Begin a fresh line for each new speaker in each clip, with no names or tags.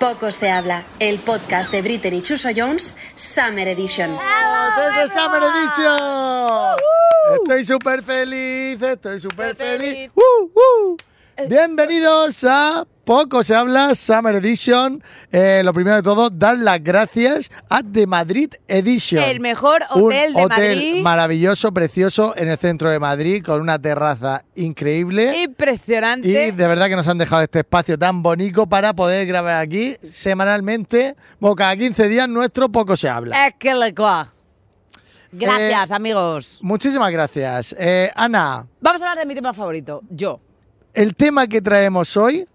Poco se habla, el podcast de Britney y Chuso Jones, Summer Edition.
¡Eso es Summer Edition! Estoy súper feliz, estoy súper
Estoy
feliz.
feliz.
Uh, uh.
Eh.
Bienvenidos a Poco se habla, Summer Edition. Eh, lo primero de todo, dar las gracias a The Madrid Edition.
El mejor
Un
hotel de
hotel
Madrid.
maravilloso, precioso, en el centro de Madrid, con una terraza increíble.
Impresionante.
Y de verdad que nos han dejado este espacio tan bonito para poder grabar aquí semanalmente, o cada 15 días nuestro Poco se habla.
Es que le coa.
Gracias,
Eh, amigos.
Muchísimas gracias. Eh, Ana,
Vamos a hablar de mi tema favorito, yo.
el tema que traemos hoy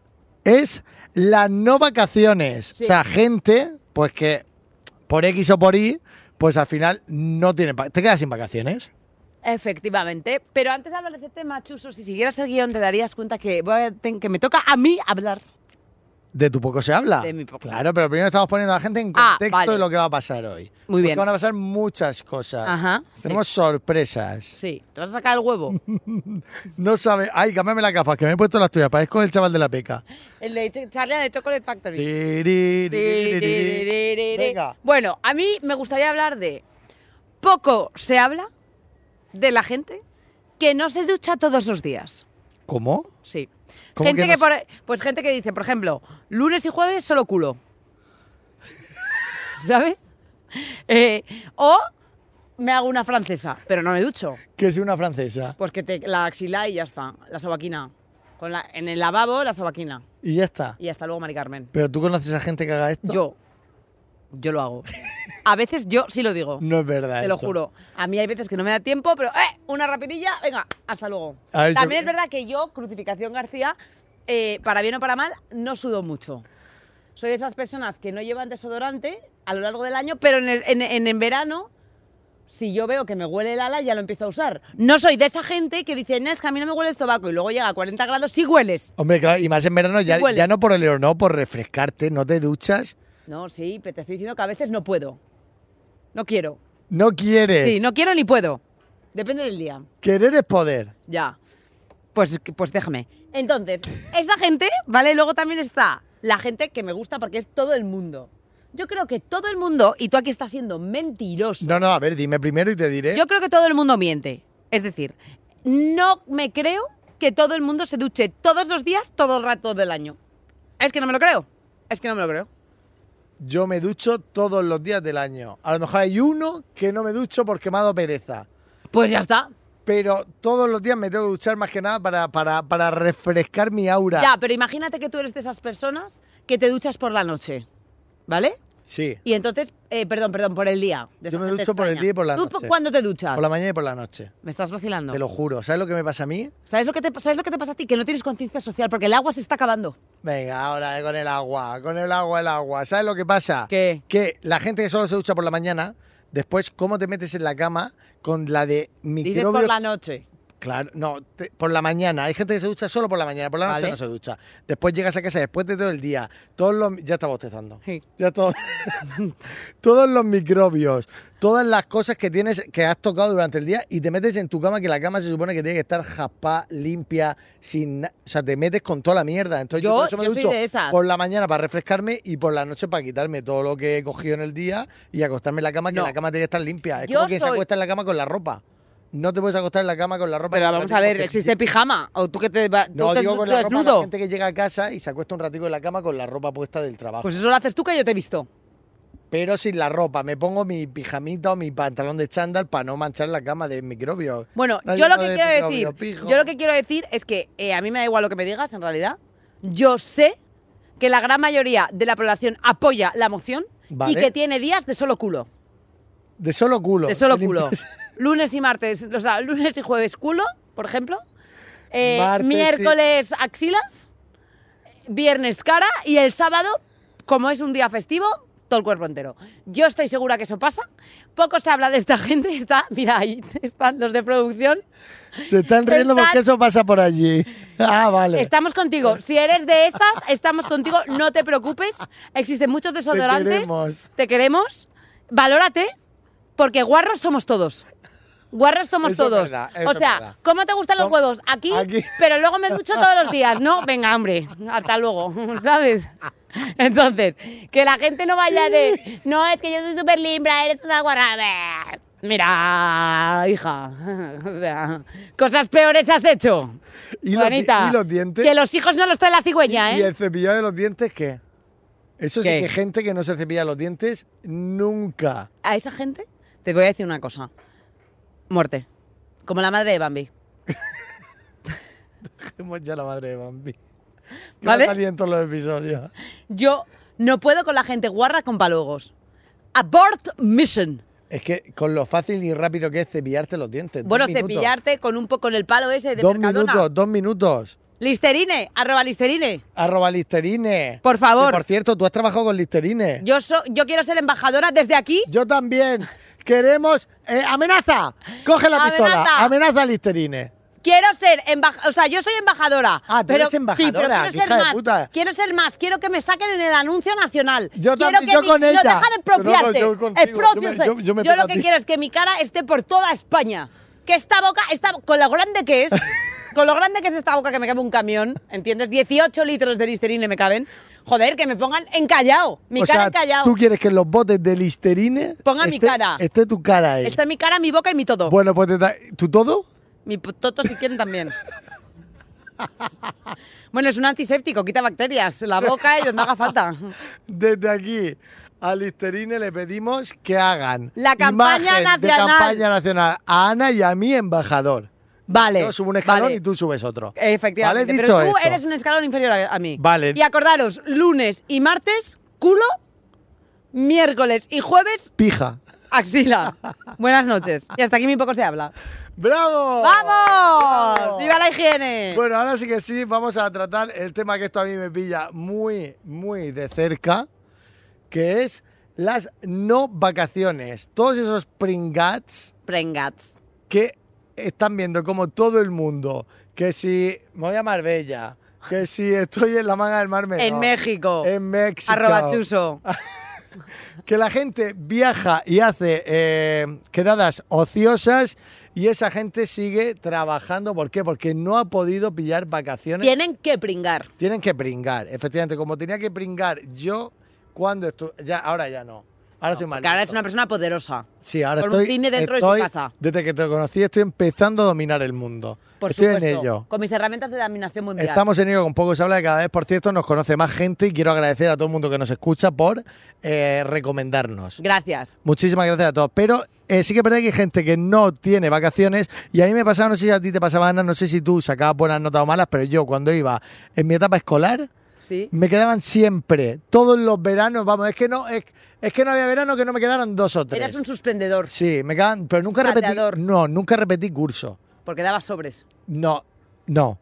es las no vacaciones. O sea, gente, pues que por X o por Y, pues al final no tiene... pa- ¿Te quedas sin vacaciones?
Efectivamente. Pero antes de hablar de ese tema, Chuso, si siguieras el guión te darías cuenta que, voy a- ten- que me toca a mí hablar.
De tu poco se habla.
De mi poco.
Claro, pero primero estamos poniendo a la gente en
Ah,
contexto
vale.
de lo que va a pasar hoy.
Muy bien.
Porque van a pasar muchas cosas.
Ajá, sí.
Tenemos sorpresas.
Sí, te vas a sacar el huevo.
No sabe. Ay, cámbiame las gafas, que me he puesto las tuyas. Parezco el chaval de la peca.
el de Ch- Charlie de Chocolate Factory.
Venga.
Bueno, a mí me gustaría hablar de poco se habla de la gente que no se ducha todos los días.
¿Cómo?
Sí.
¿Cómo
Gente
que
que,
no
por- pues gente que dice, por ejemplo, lunes y jueves solo culo. ¿Sabes? Eh, o me hago una francesa, pero no me ducho.
Que soy una francesa.
Pues que te la axila y ya está, la sobaquina. Con la, en el lavabo, la sobaquina.
Y ya está.
Y hasta luego, Mari Carmen.
Pero tú conoces a gente que haga esto.
Yo, yo lo hago. A veces yo sí lo digo.
No es verdad.
Te lo
esto.
juro. A mí hay veces que no me da tiempo, pero ¡eh! Una rapidilla, venga, hasta luego.
A ver, yo-
También es verdad que yo, Crucificación García, eh, para bien o para mal, no sudo mucho. Soy de esas personas que no llevan desodorante a lo largo del año, pero en, el- en- en- en verano, si yo veo que me huele el ala, ya lo empiezo a usar. No soy de esa gente que dice, no, es que a mí no me huele el sobaco, y luego llega a 40 grados, sí hueles.
Hombre, claro, y más en verano ya,
Y huele.
ya no por el olor, no por refrescarte, no te duchas.
No, sí, pero te estoy diciendo que a veces no puedo. No quiero.
No quieres.
Sí, no quiero ni puedo. Depende del día.
Querer es poder.
Ya. Pues, pues déjame. Entonces, esa gente, ¿vale? Luego también está la gente que me gusta porque es todo el mundo. Yo creo que todo el mundo, y tú aquí estás siendo mentiroso,
No, ¿eh? no, a ver, dime primero y te diré.
yo creo que todo el mundo miente. Es decir, no me creo que todo el mundo se duche todos los días, todo el rato del año. Es que no me lo creo. Es que no me lo creo.
Yo me ducho todos los días del año. A lo mejor hay uno que no me ducho porque me ha dado pereza.
Pues ya está.
Pero todos los días me tengo que duchar más que nada para, para, para refrescar mi aura.
Ya, pero imagínate que tú eres de esas personas que te duchas por la noche, ¿vale?
Sí.
Y entonces, eh, perdón, perdón, por el día. de
Yo
esa
me
gente
ducho por el
extraña.
día y por la
¿Tú
noche.
cuándo te duchas?
Por la mañana y por la noche.
Me estás vacilando.
Te lo juro. ¿Sabes lo que me pasa a mí?
¿Sabes, lo que te, ¿Sabes lo que te pasa a ti? Que no tienes conciencia social porque el agua se está acabando.
Venga, ahora eh, con el agua, con el agua, el agua. ¿Sabes lo que pasa?
¿Qué?
Que la gente que solo se ducha por la mañana, después, ¿cómo te metes en la cama con la de
Dices
microbios?
por la noche.
Claro, no, te- por la mañana. Hay gente que se ducha solo por la mañana, por la noche
Vale.
no se ducha. Después llegas a casa, después de todo el día, todos los... Ya está bostezando.
Sí.
Ya todo- todos los microbios, todas las cosas que tienes, que has tocado durante el día y te metes en tu cama, que la cama se supone que tiene que estar jaspa, limpia, sin... na- O sea, te metes con toda la mierda. Entonces yo,
Yo-
por eso me
yo soy
ducho
de esas.
por la mañana para refrescarme y por la noche para quitarme todo lo que he cogido en el día y acostarme en la cama, que
No.
la cama tiene que estar limpia. Es
Yo
como quien se
soy-
acuesta en la cama con la ropa. No te puedes acostar en la cama con la ropa. ni
Pero
un
vamos
ratito
a ver,
porque-
¿existe pijama? ¿O tú que te, va- tú
No,
te-
digo
tú
con la ropa, la
desnudo?
gente que llega a casa y se acuesta un ratico en la cama con la ropa puesta del trabajo.
Pues eso lo haces tú que yo te he visto.
Pero sin la ropa, me pongo mi pijamita o mi pantalón de chándal para no manchar la cama de microbios.
Bueno,
Está
yo lo
lleno
que
de
quiero
microbios,
decir,
pijo.
yo lo que quiero decir es que eh, a mí me da igual lo que me digas, en realidad. Yo sé que la gran mayoría de la población apoya la moción
Vale.
y que tiene días de solo culo.
De solo culo.
De solo
Lim-
culo. Lunes y martes, o sea, lunes y jueves culo, por ejemplo. Eh,
Martes,
miércoles axilas. Viernes cara. Y el sábado, como es un día festivo, todo el cuerpo entero. Yo estoy segura que eso pasa. Poco se habla de esta gente. Está, mira, ahí están los de producción.
Se están
Se
riendo porque
están-
eso pasa por allí. Ah, vale.
Estamos contigo. Si eres de estas, estamos contigo. No te preocupes. Existen muchos desodorantes.
queremos.
Te queremos. Valórate, porque guarros somos todos. Guarros somos
Eso es
todos.
verdad, eso
o
es verdad.
sea, ¿cómo te gustan los
¿Cómo?
huevos? Aquí,
Aquí.
pero luego me ducho todos los días, ¿no? Venga, hombre, hasta luego, ¿sabes? Entonces, que la gente no vaya de. No, es que yo soy súper limpia, eres una guarra. Mira, hija. O sea, cosas peores has hecho.
¿Y los di-
Juanita.
y los dientes?
Que los hijos no los trae la cigüeña,
¿Y
¿eh?
el cepillado de los dientes qué? Eso sí
¿Qué?
que gente que no se cepilla los dientes nunca.
A esa gente te voy a decir una cosa. Muerte. Como la madre de Bambi.
Dejemos ya la madre de Bambi. Que
¿Vale?
Va a salir en todos los episodios.
Yo no puedo con la gente guarra con palogos. Abort mission.
Es que con lo fácil y rápido que es cepillarte los dientes. dos
Bueno,
minutos.
cepillarte con un poco en el palo ese de
Dos
Mercadona.
minutos, dos minutos.
Listerine, arroba Listerine.
Arroba Listerine.
Por favor.
Y por cierto, tú has trabajado con Listerine.
Yo, so- yo quiero ser embajadora desde aquí.
Yo también. Queremos. eh, ¡Amenaza! Coge la pistola.
Amenaza.
Amenaza a Listerine.
Quiero ser embajadora. O sea, yo soy embajadora.
Ah, tú
pero,
eres embajadora,
Sí, pero quiero
qué
ser
hija de
más.
puta.
Quiero ser más. Quiero que me saquen en el anuncio nacional.
Yo
quiero
también,
que
yo
mi-
con ella.
No, deja de expropiarte.
Yo no, yo contigo,
Expropiarse.
yo me- yo- yo me pego
lo
a
que
ti.
quiero es que mi cara esté por toda España. Que esta boca, esta, con lo grande que es, con lo grande que es esta boca que me cabe un camión, ¿entiendes? 18 litros de Listerine me caben. Joder, que me pongan encallado. Mi
o
cara
sea,
encallado.
tú quieres que en los botes de Listerine.
Ponga mi
esté-
cara. Este-
Esté tu cara ahí.
Está mi cara, mi boca y mi todo.
Bueno, pues te da- ¿tú todo?
Mi po- toto si quieren también. Bueno, es un antiséptico, quita bacterias, la boca y donde haga falta.
Desde aquí a Listerine le pedimos que hagan
La campaña
imagen de
nacional.
campaña nacional a Ana y a mí embajador.
Vale.
Yo subo un escalón
vale.
y tú subes otro.
Efectivamente.
Vale, dicho
pero tú
esto.
eres un escalón inferior a, a mí.
Vale.
Y acordaros, lunes y martes, culo, miércoles y jueves,
Pija.
axila. Buenas noches. Y hasta aquí mi poco se habla.
¡Bravo!
¡Vamos!
¡Bravo!
¡Viva la higiene!
Oh, Bueno, ahora sí que sí, vamos a tratar el tema que esto a mí me pilla muy, muy de cerca, que es las no vacaciones. Todos esos pringats
Prengats.
que están viendo como todo el mundo, que si me voy a Marbella, que si estoy en la manga del Mar Menor,
En México.
en México,
Arroba chuso.
que la gente viaja y hace eh, quedadas ociosas y esa gente sigue trabajando. ¿Por qué? Porque no ha podido pillar vacaciones.
Tienen que pringar.
Tienen que pringar, efectivamente. Como tenía que pringar yo cuando estuve. Ya, ahora ya no. Ahora soy más.
Porque ahora es
listo.
una persona poderosa.
Sí, ahora
con un
estoy.
cine dentro de su
estoy-
casa.
Desde que te conocí estoy empezando a dominar el mundo.
Por
estoy
supuesto.
en ello.
Con mis herramientas de dominación mundial.
Estamos en ello con Poco Se Habla, que cada vez, por cierto, nos conoce más gente y quiero agradecer a todo el mundo que nos escucha por eh, recomendarnos.
Gracias.
Muchísimas gracias a todos. Pero eh, sí que es verdad que hay gente que no tiene vacaciones y a mí me pasaba, no sé si a ti te pasaba, Ana, no sé si tú sacabas buenas notas o malas, pero yo cuando iba en mi etapa escolar,
Sí.
me quedaban siempre, todos los veranos, vamos, es que no, es, es que no había verano que no me quedaran dos o tres.
Eras un suspendedor
Sí, me quedaban, pero nunca repetí.
Pateador.
No, nunca repetí curso.
porque dabas sobres.
No, no.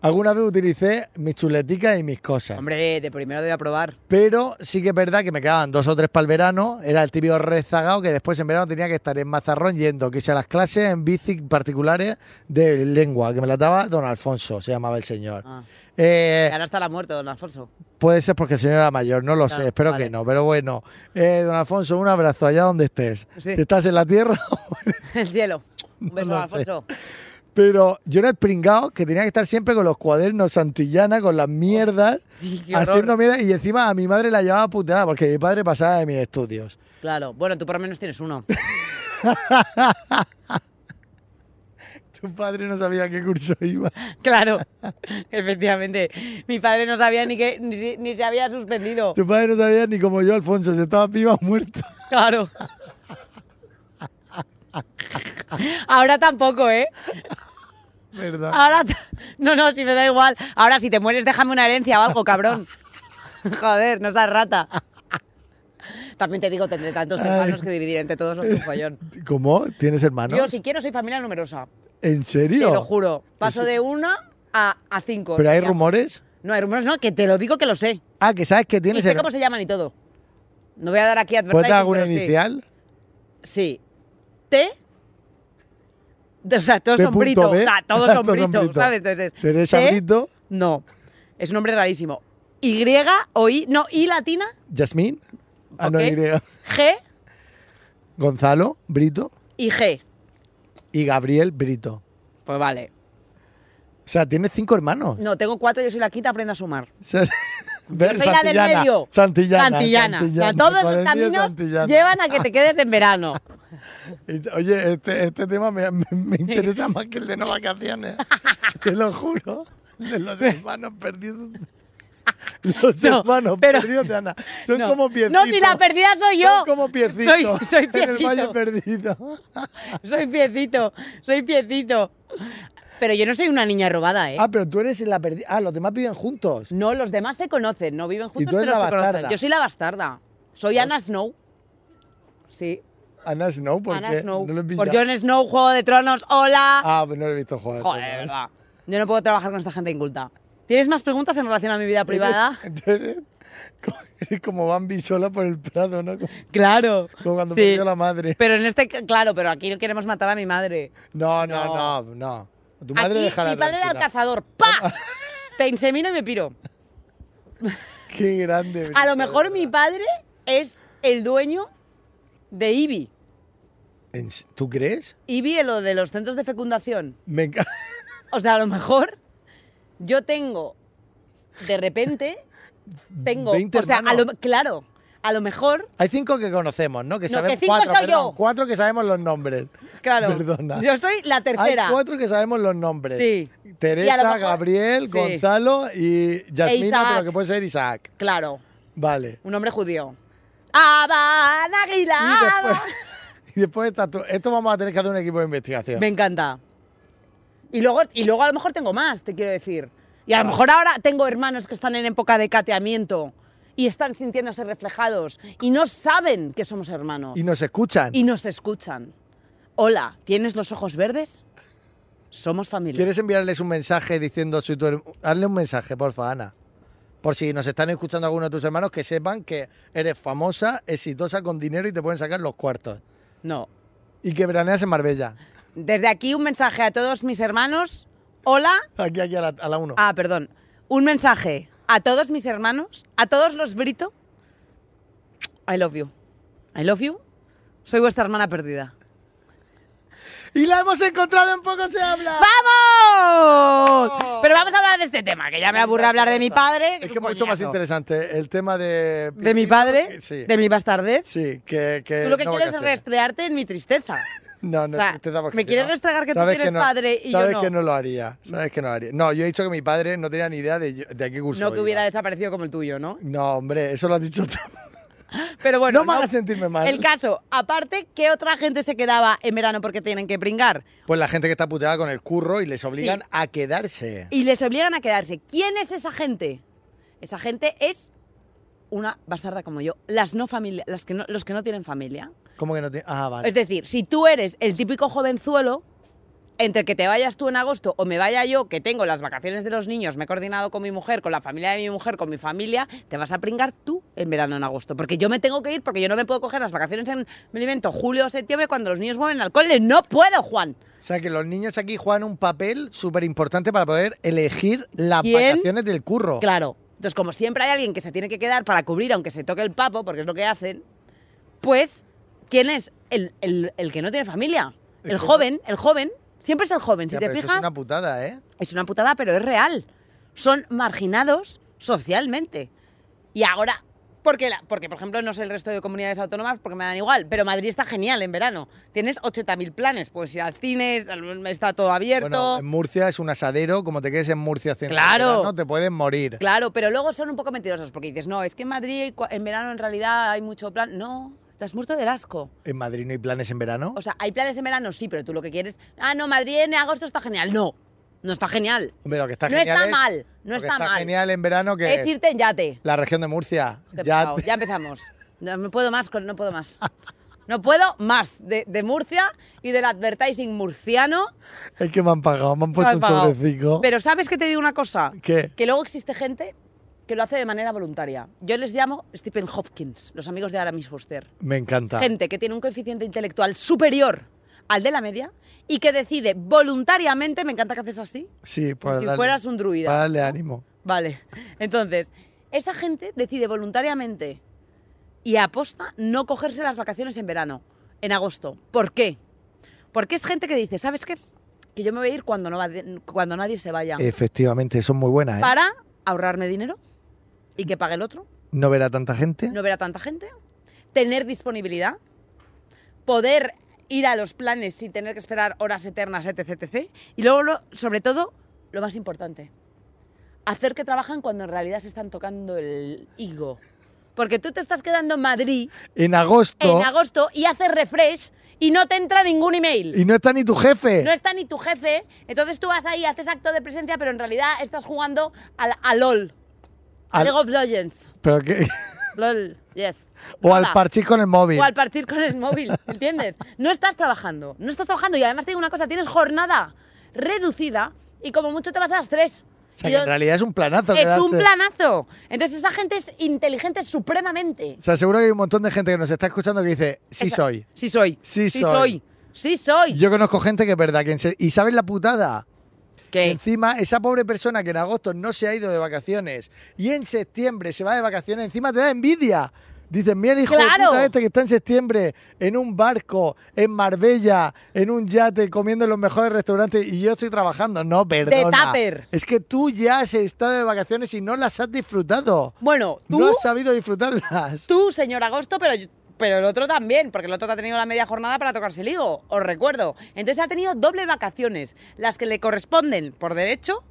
Alguna vez utilicé mis chuleticas y mis cosas.
Hombre, de primero debe aprobar.
Pero sí que es verdad que me quedaban dos o tres para el verano. Era el típico rezagado que después en verano tenía que estar en Mazarrón yendo, que sea las clases en bici particulares de lengua, que me las daba don Alfonso, se llamaba el señor.
Ah.
Eh,
Ahora estará muerto, don Alfonso.
Puede ser porque el señor era mayor, no lo
Claro,
sé, espero
vale.
que no, pero bueno. Eh, don Alfonso, un abrazo allá donde estés.
Sí.
Si estás en la tierra.
El cielo. Un beso,
No
don
lo sé.
Alfonso.
pero yo era el pringao que tenía que estar siempre con los cuadernos Santillana, con las mierdas,
Oh, Sí, qué horror.
haciendo mierda. Y encima a mi madre la llevaba puteada porque mi padre pasaba de mis estudios.
Claro. Bueno, tú por lo menos tienes uno.
Tu padre no sabía a qué curso iba.
claro. Efectivamente. Mi padre no sabía ni que ni, si- ni se había suspendido.
Tu padre no sabía ni como yo, Alfonso, si estaba viva o muerta.
Claro. Ahora tampoco, ¿eh?
¿Verdad?
Ahora. t- No, no, si me da igual. Ahora, si te mueres, déjame una herencia o algo, cabrón. Joder, no seas rata. También te digo, tendré tantos hermanos que dividir entre todos los que un follón.
¿Cómo? ¿Tienes hermanos?
Yo, si quiero, soy familia numerosa.
¿En
Te
serio?
lo juro. Paso
Eso-
de una a, a cinco.
Pues ¿Pero hay
Ya.
rumores?
No, hay rumores, no, que te lo digo que lo sé.
Ah, que sabes que
Y
tienes
sé
hermanos.
cómo se llaman y todo. No voy a dar aquí
¿Puedes
advertising,
dar alguna
pero sí.
inicial?
Sí. T. O sea, todos
T
son
punto
britos.
B.
O sea, ah, todos son britos, ¿sabes? Entonces, ¿eh?
Teresa
T,
Brito,
No. Es un nombre rarísimo. Y o I. No, I latina.
Yasmín, ah, no,
Ok.
Y,
G
Gonzalo Brito
y G.
y Gabriel Brito.
Pues vale.
O sea, tienes cinco hermanos.
No, tengo cuatro, yo soy la quinta, aprenda a sumar.
O sea, Ve-
Soy la del medio.
Santillana.
Santillana. O sea, todos los
Cuaderno de
caminos
Santillana.
llevan a que te quedes en verano.
Y- Oye, este, este tema me, me- me interesa más que el de no vacaciones. Te lo juro. De los hermanos perdidos. Los
No,
hermanos
pero-
perdidos de Ana. Son
No.
como piecitos.
No, si la perdida soy yo.
Son como piecitos.
Soy- soy
En el valle
piecito.
perdido.
Soy piecito, soy piecito. Pero yo no soy una niña robada, ¿eh?
Ah, pero tú eres la perdida. Ah, los demás viven juntos.
No, los demás se conocen, no viven juntos,
tú eres
pero
la
se conocen.
bastarda. Pues
Yo soy la bastarda. Soy Anna Snow. Sí,
Ana Snow, ¿por
Anna
qué?
Snow.
No lo he
Por
pillado.
Jon Snow, Juego de Tronos, hola.
Ah, pues no lo he visto jugar.
Joder, de verdad. Yo no puedo trabajar con esta gente inculta. ¿Tienes más preguntas en relación a mi vida privada?
Entonces, eres como Bambi sola por el prado, ¿no? Como,
Claro.
como cuando
Sí.
perdió la madre.
Pero en este, ca- claro, pero aquí no queremos matar a mi madre.
No, no,
No.
no, no. Tu madre
aquí
déjala
mi padre era el
tranquila.
cazador. ¡Pa! Te insemino y me piro.
Qué grande.
A
Brito,
lo
de
mejor
verdad.
mi padre es el dueño de IBI.
¿En s- ¿Tú crees?
IBI es lo de los centros de fecundación.
Me encanta.
O sea, a lo mejor yo tengo, de repente, tengo.
20
o sea, a
hermanos.
lo- claro, a lo mejor,
Hay cinco que conocemos, ¿no? Que
No,
sabemos
que cinco
cuatro,
soy
perdón,
yo.
cuatro que sabemos los nombres.
claro.
Perdona.
Yo soy la tercera.
Hay cuatro que sabemos los nombres.
Sí. Y a
Teresa,
lo mejor-
Gabriel,
Sí.
Gonzalo y
E
Yasmina,
Isaac.
pero que puede ser Isaac.
Claro,
Vale.
un hombre judío. ¡Aban
Y
Aguilar!
después, y después está tú- esto vamos a tener que hacer un equipo de investigación.
Me encanta. Y luego, y luego a lo mejor tengo más, te quiero decir. Y a lo mejor ahora tengo hermanos que están en época de cateamiento y están sintiéndose reflejados y no saben que somos hermanos
Y nos escuchan.
y nos escuchan. Hola, ¿tienes los ojos verdes? Somos familia.
¿Quieres enviarles un mensaje diciendo soy tu hermano? Hazle un mensaje, porfa, Ana. Por si nos están escuchando algunos de tus hermanos, que sepan que eres famosa, exitosa, con dinero y te pueden sacar los cuartos.
No.
Y que veraneas en Marbella.
Desde aquí un mensaje a todos mis hermanos. Hola.
Aquí, aquí, a la, a la uno.
Ah, perdón. Un mensaje a todos mis hermanos, a todos los Brito. I love you. I love you. Soy vuestra hermana perdida.
Y la hemos encontrado en Poco Se Habla.
¡Vamos! Pero vamos a hablar de este tema, que ya me aburre hablar de mi padre.
Es
un
que es mucho más
coñazo.
interesante el tema de...
¿De mi padre?
Sí.
¿De mi bastardez?
Sí, que... que
Tú lo que
no
quieres es
vacaciones.
restrearte en mi tristeza.
No, no,
O sea,
te da porque
me
si
quieres
no,
restregar que tú
sabes
tienes padre y yo
sabes
no.
que no lo haría. Sabes que no lo haría. No, yo he dicho que mi padre no tenía ni idea de, de qué curso
No que
iba.
hubiera desaparecido como el tuyo, ¿no?
No, hombre, eso lo has dicho tú.
Pero bueno.
No me hagas sentirme mal.
El caso, aparte, ¿qué otra gente se quedaba en verano porque tienen que pringar?
Pues la gente que está puteada con el curro y les obligan
Sí.
a quedarse.
Y les obligan a quedarse. ¿Quién es esa gente? Esa gente es una bastarda como yo. Las no familia, las que no, los que no tienen familia.
¿Cómo que no tiene? Ah, vale.
Es decir, si tú eres el típico jovenzuelo, entre que te vayas tú en agosto o me vaya yo, que tengo las vacaciones de los niños, me he coordinado con mi mujer, con la familia de mi mujer, con mi familia, te vas a pringar tú en verano en agosto. Porque yo me tengo que ir porque yo no me puedo coger las vacaciones en mi invento julio o septiembre cuando los niños mueven al cole. ¡No puedo, Juan!
O sea que los niños aquí juegan un papel súper importante para poder elegir las
¿Quién?
vacaciones del curro.
Claro. Entonces, como siempre hay alguien que se tiene que quedar para cubrir, aunque se toque el papo, porque es lo que hacen, pues, ¿quién es el, el- el que no tiene familia?
El
El
que no-
joven, el joven. Siempre es el joven. Si
Ya,
te
pero eso
fijas...
es una putada, ¿eh?
Es una putada, pero es real. Son marginados socialmente. Y ahora, porque, la, porque por ejemplo, no sé el resto de comunidades autónomas porque me dan igual, pero Madrid está genial en verano. Tienes 80.000 planes, puedes ir al cine, está todo abierto.
Bueno, en Murcia es un asadero, como te quedes en Murcia haciendo
Claro.
no te pueden morir.
Claro, pero luego son un poco mentirosos porque dices, no, es que en Madrid cua- en verano en realidad hay mucho plan. No, estás muerto del asco.
¿En Madrid no hay planes en verano?
O sea, hay planes en verano, sí, pero tú lo que quieres. Ah, no, Madrid en agosto está genial. No, no está genial.
Hombre, lo que está
no
genial
está
es-
mal, no
lo que
está mal.
genial en verano que
Es irte en yate.
la región de Murcia.
Qué
Ya,
pesado. ya empezamos. No no puedo más, con- no puedo más. No puedo más de, de Murcia y del advertising murciano.
es que me han pagado, me han puesto
Me han
un
pagado.
sobrecito.
Pero ¿sabes que te digo una cosa?
¿Qué?
Que luego existe gente que lo hace de manera voluntaria. Yo les llamo Stephen Hopkins, los amigos de Aramis Foster.
Me encanta.
Gente que tiene un coeficiente intelectual superior al de la media y que decide voluntariamente, me encanta que haces así,
Sí,
como
pues
si
dale.
fueras un druida.
Dale ánimo.
Vale, entonces, esa gente decide voluntariamente y aposta no cogerse las vacaciones en verano, en agosto. ¿Por qué? Porque es gente que dice, ¿sabes qué? Que yo me voy a ir cuando, no va- cuando nadie se vaya.
Efectivamente, son muy buenas. ¿eh?
Para ahorrarme dinero, y que pague el otro,
No ver a tanta gente.
no ver a tanta gente, tener disponibilidad, poder ir a los planes sin tener que esperar horas eternas, etc. etc. Y luego, lo- sobre todo, lo más importante, hacer que trabajan cuando en realidad se están tocando el higo. Porque tú te estás quedando en Madrid
En, agosto,
en agosto y haces refresh y no te entra ningún email.
Y no está ni tu jefe.
No está ni tu jefe, entonces tú vas ahí, haces acto de presencia, pero en realidad estás jugando al, a LOL, a
Al-
League of Legends.
Pero que-
LOL, yes.
o al
Anda.
parchís con el móvil.
O al partir con el móvil, ¿entiendes? No estás trabajando, no estás trabajando. Y además te digo una cosa, tienes jornada reducida y como mucho te vas a las tres.
O sea,
Y
que
yo-
en realidad es un planazo.
es un
quedarse.
planazo. Entonces esa gente es inteligente supremamente.
O sea, seguro que hay un montón de gente que nos está escuchando que dice, sí
Esa-
soy.
Sí soy.
Sí
sí
soy.
soy. Sí soy.
Yo conozco gente que es verdad. Que en se- ¿Y sabes la putada?
¿Qué?
Encima, esa pobre persona que en agosto no se ha ido de vacaciones y en septiembre se va de vacaciones, encima te da envidia. Dices, mira el hijo de
¡Claro!
puta este que está en septiembre en un barco, en Marbella, en un yate, comiendo en los mejores restaurantes y yo estoy trabajando. No, perdona.
tupper.
Es que tú ya has estado de vacaciones y no las has disfrutado.
Bueno, tú
No has sabido disfrutarlas.
Tú, señor Agosto, pero, yo- pero el otro también, porque el otro te ha tenido la media jornada para tocarse el higo, os recuerdo. Entonces ha tenido doble vacaciones, las que le corresponden por derecho,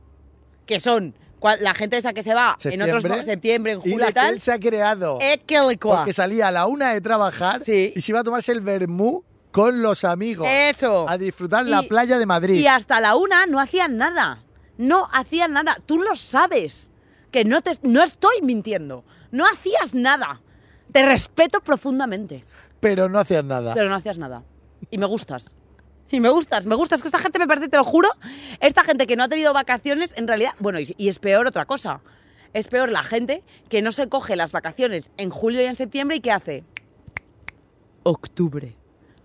que son cua- la gente esa que se va en otros mo- septiembre, en
y
julio
la
y,
que
tal.
él se ha creado.
Ekelkua.
Porque salía a la una de trabajar
Sí. Eh,
y se iba a tomarse el vermú con los amigos.
Eso.
A disfrutar la
Y-
playa de Madrid.
Y hasta la una no hacían nada. No hacían nada. Tú lo sabes. Que no te no estoy mintiendo. No hacías nada. Te respeto profundamente.
Pero no hacías nada.
Pero no hacías nada. Y me gustas. Y me gustas, me gustas. Que esta gente me parece, te lo juro, esta gente que no ha tenido vacaciones, en realidad, bueno, y, y es peor otra cosa. Es peor la gente que no se coge las vacaciones en julio y en septiembre y ¿qué hace? Octubre,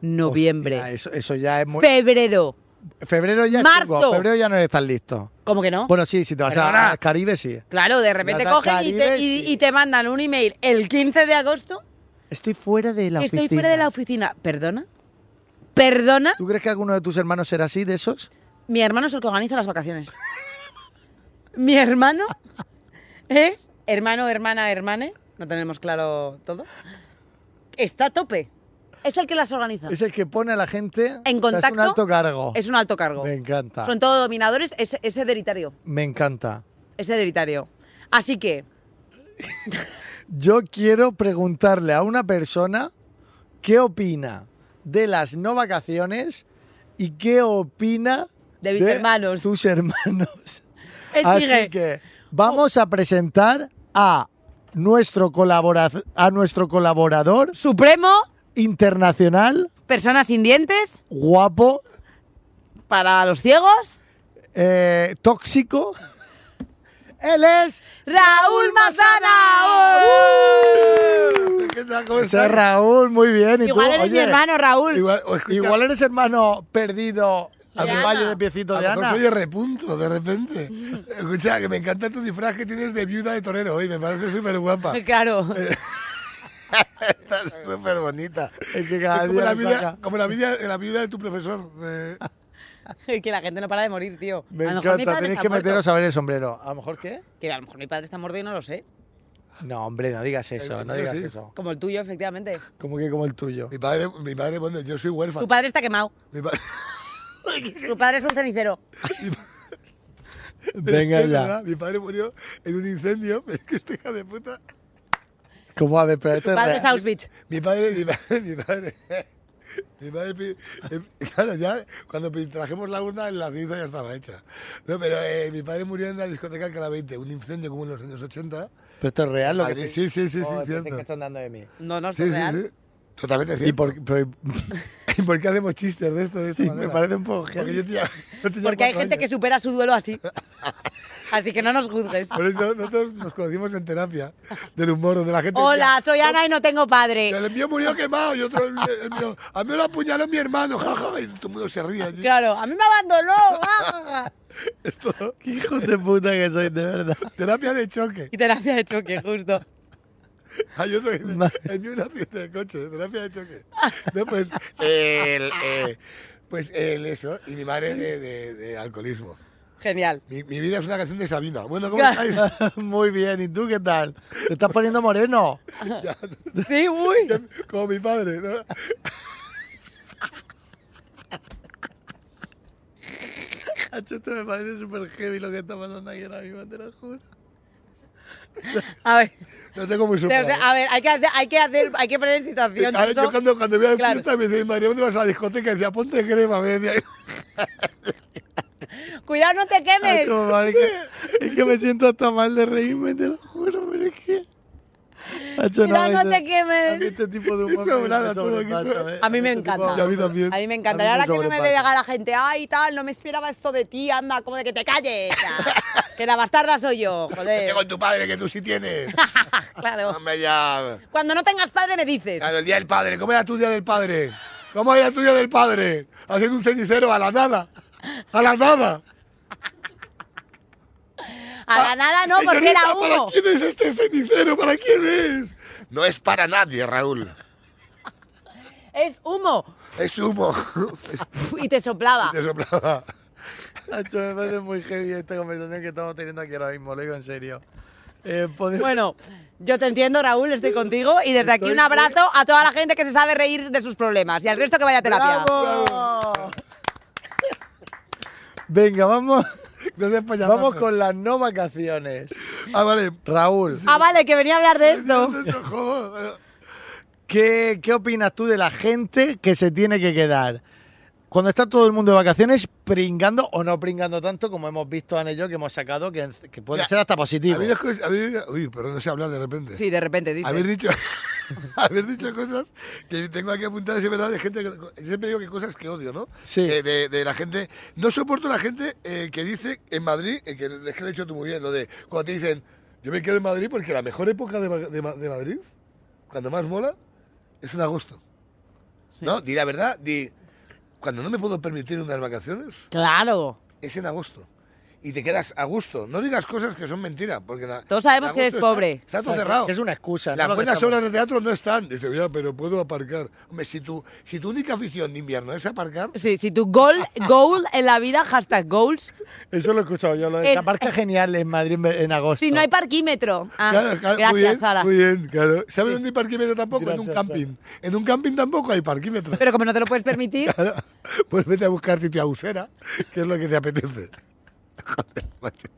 noviembre,
Hostia, eso, eso ya es muy.
febrero.
febrero ya
Marzo.
estuvo, Febrero ya no estás listo.
¿Cómo que no?
Bueno, sí, si te vas a-
Perdona.
al Caribe, sí.
claro, de repente
Natal
cogen y
Caribe,
te, y-
sí.
y te mandan un email el 15 de agosto.
Estoy fuera de la
Estoy
oficina.
fuera de la oficina. ¿Perdona? ¿Perdona?
¿Tú crees que alguno de tus hermanos será así, de esos?
Mi hermano es el que organiza las vacaciones. Mi hermano es hermano, hermana, hermane. No tenemos claro todo. Está a tope. Es el que las organiza.
Es el que pone a la gente. o
En
sea, es un
contacto,
alto cargo.
Es un alto cargo.
Me encanta.
Son todos dominadores. Es, es hereditario.
Me encanta.
Es hereditario. Así que,
Yo quiero preguntarle a una persona qué opina de las no vacaciones y qué opina
De mis hermanos.
Tus hermanos.
Él
Así
sigue.
que vamos a presentar a nuestro colabora- a nuestro colaborador
supremo,
internacional,
personas sin dientes,
guapo,
para los ciegos,
eh, tóxico. Él es
Raúl
Mazana.
¿Qué tal? ¿Cómo
O sea,
estás?
¡Uh! Raúl, muy bien. ¿Y tú?
Igual eres mi
Oye,
hermano, Raúl.
Igual, o escucha,
Igual eres hermano perdido
De
al
Ana.
valle de
a
piecito
lo
de
mejor
Ana.
soy de repunto, de repente. Escucha, que me encanta tu disfraz que tienes de viuda de torero hoy, me parece súper guapa.
Claro.
Eh,
Estás súper bonita.
Es que
Es
cada
como
día
la
lo
viuda,
saca.
como la viuda, la viuda de tu profesor. eh.
que la gente no para de morir, tío.
Me
a lo mejor mi
encanta,
padre
tenéis
está
que
muerto.
meteros a ver el sombrero. ¿A lo mejor qué?
Que a lo mejor mi padre está muerto y no lo sé.
No, hombre, no digas eso,
El
no
mío
digas
Eh, sí.
eso.
Como el tuyo, efectivamente.
Como que como el tuyo.
mi, padre, mi padre, bueno, yo soy
Tu
huérfano.
padre está quemado.
Mi pa-
Tu padre es un cenicero.
Venga
Es
ya.
verdad, Mi padre murió en un incendio, es que este hija de puta.
¿Cómo a ver? Pero esto
Tu
es
padre es
real.
Auschwitz.
Mi padre, mi padre, mi padre. Mi padre, pi- eh, claro, ya cuando pi- trajimos la urna, la ceniza ya estaba hecha. No, pero eh, mi padre murió en la discoteca Alcalá 20, un incendio como en los años 80.
Pero esto es real lo que
Madre,
te-
sí, sí, sí, sí,
Joder,
cierto.
pensé que están dando de mí.
No, no, es
Sí, sí,
real.
sí. Totalmente cierto.
¿Y por, pero-
¿Y por qué hacemos chistes de esto? De esta
sí, me
manera?
parece un poco
Porque yo
heavy.
tenía, yo tenía
Porque hay
cuatro
gente que
años.
supera su duelo así. Así que no nos juzgues.
Por eso nosotros nos conocimos en terapia del humor, donde la gente.
Hola,
decía,
soy Ana y no tengo padre.
El mío murió quemado y otro. El, el mío, a mí lo apuñaló mi hermano, jaja, y todo el mundo se ríe. allí.
Claro, a mí me abandonó. Ah, ah, ah.
Esto-
Qué hijo de puta que sois, de verdad.
terapia de choque.
Y terapia de choque, justo.
Hay otro que dice,
Ma-
el mío una fiesta de coche, terapia de choque. No, pues, el, eh, pues el eso, y mi madre de, de- de alcoholismo.
Genial.
Mi, mi vida es una canción de Sabina. Bueno, ¿cómo
Claro.
estáis?
Muy bien, ¿y tú qué tal? ¿Te estás poniendo moreno?
Ya,
Sí, uy.
Como mi padre, ¿no?
Hacho, esto me parece súper heavy lo que está pasando aquí ahora mismo, te lo juro.
A ver,
No tengo muy
te- o
superado.
sea, a ver, hay que hacer, hay que hacer, hay que poner en situación.
A ver, yo
Chuso.
cuando, cuando voy a la
Claro.
fiesta me decía, María, ¿dónde vas a la discoteca? Y decía, ponte crema. Me decía,
Eh.
Cuidado, no te quemes.
Hacho, madre, que- es que me siento hasta mal de reírme, te lo juro, pero es que... Hacho,
Mira, no
a veces-
te quemes.
a mí este tipo de humor
Eso
me
nada, todo
sobrepasa,
aquí, todo.
¿ves?
A mí me
este tipo de
encanta.
Y a
humor
mí también.
A mí me
A
encanta.
mí
Y
me
ahora que no me
sobrepasa.
llega la gente, ay, tal, no me esperaba esto de ti, anda, como de que te calles. ah, que la bastarda soy yo, joder. Ah,
"Vete con tu padre, que tú sí tienes.
claro.
Hombre, ya.
Cuando no tengas padre me dices.
Claro, el día del padre. ¿Cómo era tu día del padre? ¿Cómo era tu día del padre? Haciendo un cenicero a la nada. A la nada.
A la nada no, porque
Ah, Señorita,
era
¿Para
humo.
quién es este cenicero? ¿Para quién es? No es para nadie, Raúl.
Es humo.
Es humo.
Y te soplaba.
Te soplaba.
Hacho, ¿eh? me parece muy heavy esta conversación que estamos teniendo aquí ahora mismo, lo digo en serio. Eh, podemos-
Bueno, yo te entiendo, Raúl, estoy contigo. Y desde aquí un abrazo a toda la gente que se sabe reír de sus problemas. Y al resto que vaya a terapia.
¡Bravo! Venga, vamos,
No sé, pues, ya
vamos
me-
con las no vacaciones.
Ah, vale.
Raúl,
Ah, vale, que venía a hablar de esto.
No, joder.
¿qué, ¿qué opinas tú de la gente que se tiene que quedar? Cuando está todo el mundo de vacaciones, pringando o no pringando tanto, como hemos visto en ello que hemos sacado, que, que puede
Ya,
ser hasta positivo.
Habéis cos- habéis- Uy, perdón, no sé hablar de repente.
Sí, de repente dice.
Haber dicho, haber dicho cosas que tengo aquí apuntadas, es verdad, de gente que. Yo siempre digo que cosas que odio, ¿no?
Sí.
De, de- de la gente. No soporto la gente eh, que dice en Madrid, eh, que es que lo he hecho tú muy bien, lo de cuando te dicen, yo me quedo en Madrid porque la mejor época de, Ma- de Ma- de Madrid, cuando más mola, es en agosto. No, di la verdad, di. Cuando no me puedo permitir unas vacaciones,
Claro.
es en agosto. Y te quedas a gusto. No digas cosas que son mentiras, porque en a-
Todos sabemos
en
que eres
agosto está-
pobre.
Está,
O sea,
todo
que-
cerrado.
que es una excusa. ¿no?
Las
Lo que
buenas
estamos-
horas de teatro no están. Dice, mira, pero puedo aparcar. Hombre, si tu, si tu única afición de invierno es aparcar,
Sí, si tu goal, goal en la vida, hashtag goals,
Eso lo he escuchado yo. Lo de
Es-
que aparca genial en Madrid en, en agosto.
si no hay parquímetro. Ah,
claro, claro,
gracias,
muy bien,
Sara.
Muy bien, claro. ¿Sabes dónde hay parquímetro tampoco? en un
Gracias,
camping. En un camping tampoco hay parquímetro.
Pero como no te lo puedes permitir,
Claro. Pues vete a buscar sitio a usera, que es lo que te apetece. Joder, macho.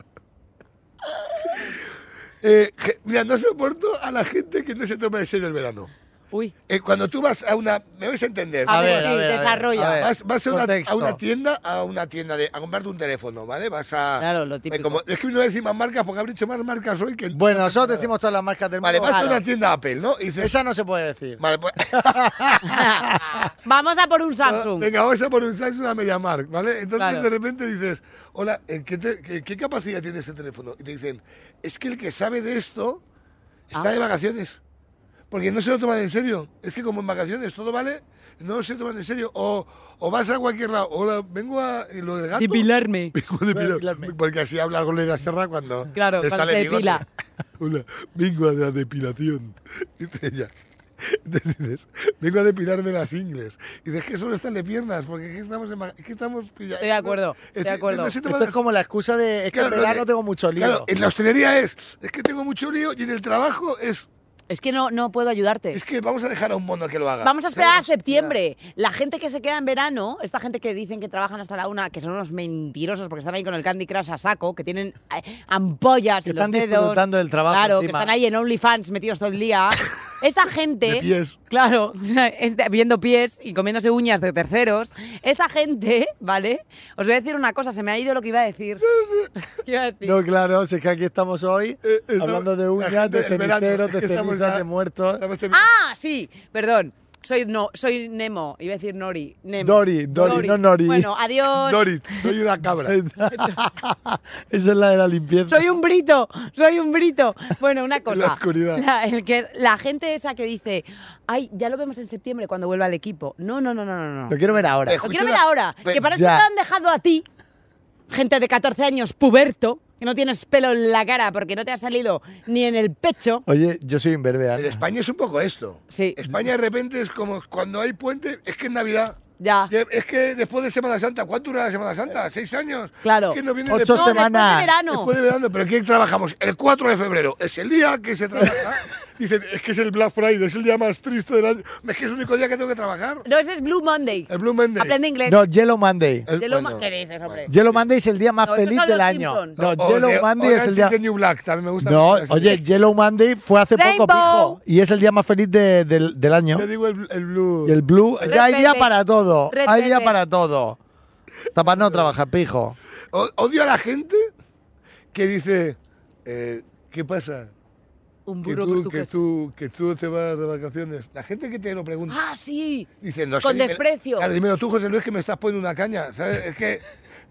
Eh, je- mira, no soporto a la gente que no se toma en serio el verano.
uy,
Eh, cuando tú vas a una... Me vais a entender.
A
Tú
ver,
vas-
sí, desarrolla.
ver.
Vas, vas a, una,
Contexto.
a una tienda, a una tienda de, a comprarte un teléfono, ¿vale? Vas a.
Claro, lo típico.
Eh, como- es que no decir más marcas porque habré dicho más marcas hoy que.
Bueno, nosotros decimos todas las marcas del
vale,
mundo.
vas a una tienda Apple, ¿no? Y dices.
Esa no se puede decir.
Vale, pues.
vamos a por un Samsung.
Venga, vamos a por un Samsung a MediaMark, ¿vale? Entonces
Claro.
de repente dices, hola, ¿en ¿qué, te- qué- qué capacidad tiene este teléfono? Y te dicen, es que el que sabe de esto
Ah.
está de vacaciones. Porque no se lo toman en serio. Es que como en vacaciones todo vale, no se toman en serio. O, o vas a cualquier lado. Hola, vengo a y lo del gato.
Depilarme.
Vengo de
Claro,
Pilar.
claro.
Porque así habla con la Serra cuando
Claro,
le
cuando
sale
se
bigote.
depila.
Hola, vengo a la depilación. Dice ella. Entonces dices, vengo a depilarme las ingles. Y dices que solo están de piernas, porque aquí estamos, en ma- aquí estamos pilla-
Estoy de acuerdo, estoy de
que
acuerdo.
no se toman
Esto es
las-
como la excusa de es que en
claro, lo de-
verano tengo mucho lío.
Claro, en la hostelería es, es que tengo mucho lío y en el trabajo es,
Es que no, no puedo ayudarte.
es que vamos a dejar a un mono que lo
Ah,
haga.
Vamos a esperar a septiembre. La gente que se queda en verano, esta gente que dicen que trabajan hasta la una, que son unos mentirosos porque están ahí con el Candy Crush a saco, que tienen eh, ampollas
Que
en los
están
dedos.
disfrutando del trabajo
Claro, que
encima.
están ahí en OnlyFans metidos todo el día. Esta gente...
De pies.
Claro, este- viendo pies y comiéndose uñas de terceros. Esta gente, ¿vale? Os voy a decir una cosa, se me ha ido lo que iba a decir. ¿Qué iba a decir?
No, claro, si es que aquí estamos hoy
Eh, estamos-
hablando de
la
uñas,
gente
de
del verano,
ceniceros,
es
de
que estamos
cenizas,
ya-
de muertos.
Estamos terminando.
Ah, sí, perdón. Soy, no, soy Nemo, iba a decir Nori. Nemo.
Dori, Dori, no Nori.
Bueno, adiós.
Dorit, soy una cabra.
Esa es la de la limpieza.
Soy un brito, soy un brito. Bueno, una cosa.
la oscuridad.
La, el que, la gente esa que dice, ay, ya lo vemos en septiembre cuando vuelva al equipo. No, no, no, no, no. no.
Lo quiero ver ahora.
Eh,
Lo quiero
Escucha
ver
una-
ahora.
Ve-
Que parece
Ya.
que te han dejado a ti, gente de 14 años, puberto, que no tienes pelo en la cara porque no te ha salido ni en el pecho.
Oye, yo soy imberbe.
En España es un poco esto.
Sí.
España de repente es como cuando hay puente, es que en Navidad.
Ya.
Ya, Es que después de Semana Santa, ¿cuánto dura la Semana Santa? ¿Seis años?
Claro.
Que nos viene
Ocho
después-
No,
semanas.
después de verano.
Después de verano, pero ¿qué trabajamos? El 4 de febrero. Es el día que se trabaja. Dicen, es que es el Black Friday, es el día más triste del año. Es que es el único día que tengo que trabajar.
No, ese es Blue Monday.
El Blue Monday.
Aprende inglés.
No, Yellow Monday.
El-
De lo
bueno,
más que dices, hombre.
Yellow Monday es el día más
No, estos
feliz
son
del
los
año.
Simpsons.
No,
o-
Yellow
o-
Monday
o
es el
Orange
día...
is the New Black, también me gusta.
No,
mucho ese
oye,
día.
Yellow Monday fue hace
Rainbow.
poco, pijo. Y es el día más feliz de- del- del año.
Yo digo el, el Blue.
Y el blue,
Red
ya hay día
velvet.
para todo.
Red
hay día
velvet.
para todo. Está para no trabajar, pijo.
O- Odio a la gente que dice, eh, ¿qué pasa?
Un
Que
burro
tú, que,
portugués.
tú, que tú te vas de vacaciones. La gente que te lo pregunta.
Ah, sí.
Dice, no sé,
Con
dímelo-
desprecio.
Claro, dímelo tú, José Luis, que me estás poniendo una caña. ¿sabes? Es que.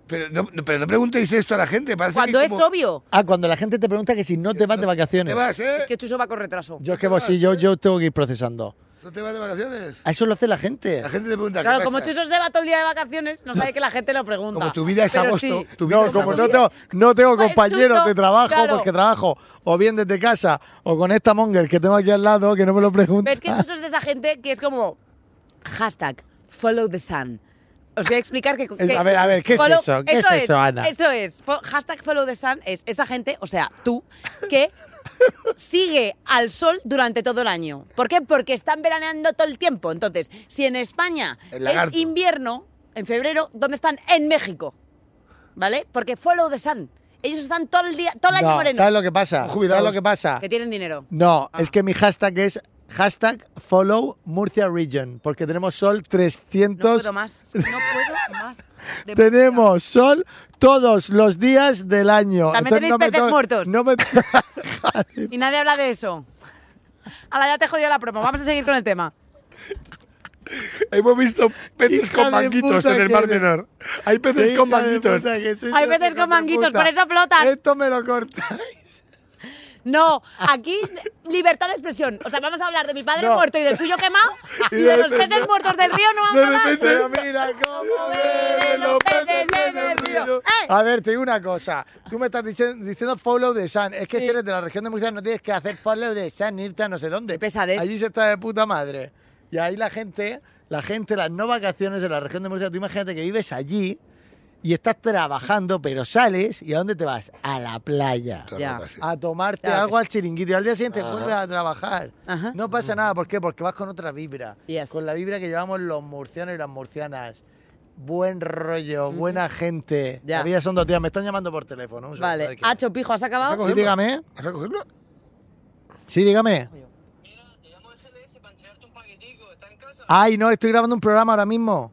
Pero no, no- pero no preguntéis esto a la gente. Parece
Cuando
que
es
como-
obvio.
Ah, cuando la gente te pregunta que si no te vas de
¿Te
vacaciones.
vas, eh?
Es que Chuso va con retraso.
Yo es que vos, sí, yo, yo tengo que ir procesando.
¿No te vas de vacaciones?
A eso lo hace la gente.
La gente te pregunta. ¿qué
Claro,
pasa?
como Chuso se va todo el día de vacaciones, no sabe que la gente lo pregunta.
Como tu vida es
Pero
agosto.
sí.
tu vida
No,
es
como no
agosto.
tengo, no tengo
Pues,
compañeros
justo,
de trabajo
claro.
porque trabajo o bien desde casa o con esta monger que tengo aquí al lado que no me lo pregunta.
Pero es que Chuso es de esa gente que es como hashtag follow the sun. Os voy a explicar que... que-
a ver, a ver, ¿qué es eso? ¿Qué es eso, Ana?
Eso es. Fo- Hashtag follow the sun es esa gente, o sea, tú, que sigue al sol durante todo el año. ¿Por qué? Porque están veraneando todo el tiempo. Entonces, si en España
El
es
lagarto.
invierno, en febrero, ¿dónde están? En México. ¿Vale? Porque follow the sun. Ellos están todo el día, todo el año
No,
moreno.
¿Sabes lo que pasa?
Jubilados.
¿Sabes lo que pasa?
Que tienen dinero.
No,
Ah.
es que mi hashtag es hashtag follow Murcia Region porque tenemos sol 300
No puedo más. No puedo más. de
Tenemos sol todos los días del año.
También tenéis
me
peces
to-
muertos.
no me-
Murcia. Y nadie habla de eso. Ahora ya te he jodido la promo. Vamos a seguir con el tema.
Hemos visto peces
Hija de
con manguitos
puta
en el
que
Mar
eres.
Menor. Hay peces con
Hija de
manguitos.
puta, que sois
Hay
unos
peces
hijos
con
de
manguitos,
puta.
por eso flotan.
Esto me lo cortáis.
No, aquí libertad de expresión. O sea, vamos a hablar de mi padre
No.
muerto y del suyo quemado y de los peces muertos del río no vamos
De
a hablar.
repente-
Pero mira cómo
De
beben
los peces en el río. ¡Eh!
A ver, te digo una cosa. Tú me estás dicen- diciendo follow the sun. Es que si eres de la región de Murcia no tienes que hacer follow the sun, irte a no sé dónde.
Qué pesadez.
Allí se está de puta madre. Y ahí la gente, la gente, las no vacaciones de la región de Murcia, tú imagínate que vives allí y estás trabajando, pero sales y ¿a dónde te vas? A la playa.
Claro,
Ya.
casi.
A tomarte
Claro.
algo al chiringuito y al día siguiente vuelves a trabajar.
Ajá.
No pasa nada, ¿por qué? Porque vas con otra vibra.
Yes.
Con la vibra que llevamos los murcianos y las murcianas. Buen rollo, buena gente.
Ya.
Todavía son dos días, me están llamando por teléfono. un segundo, a
Vale,
ver qué-
Ah,
Hacho, pijo, ¿has
¿Vas a
acabado?
Sí,
cogerlo?
dígame.
¿Vas a cogerlo?
Sí, dígame.
Mira, te llamo SLS para entregarte un paquetico. ¿Está en casa?
Ay, no, estoy grabando un programa ahora mismo.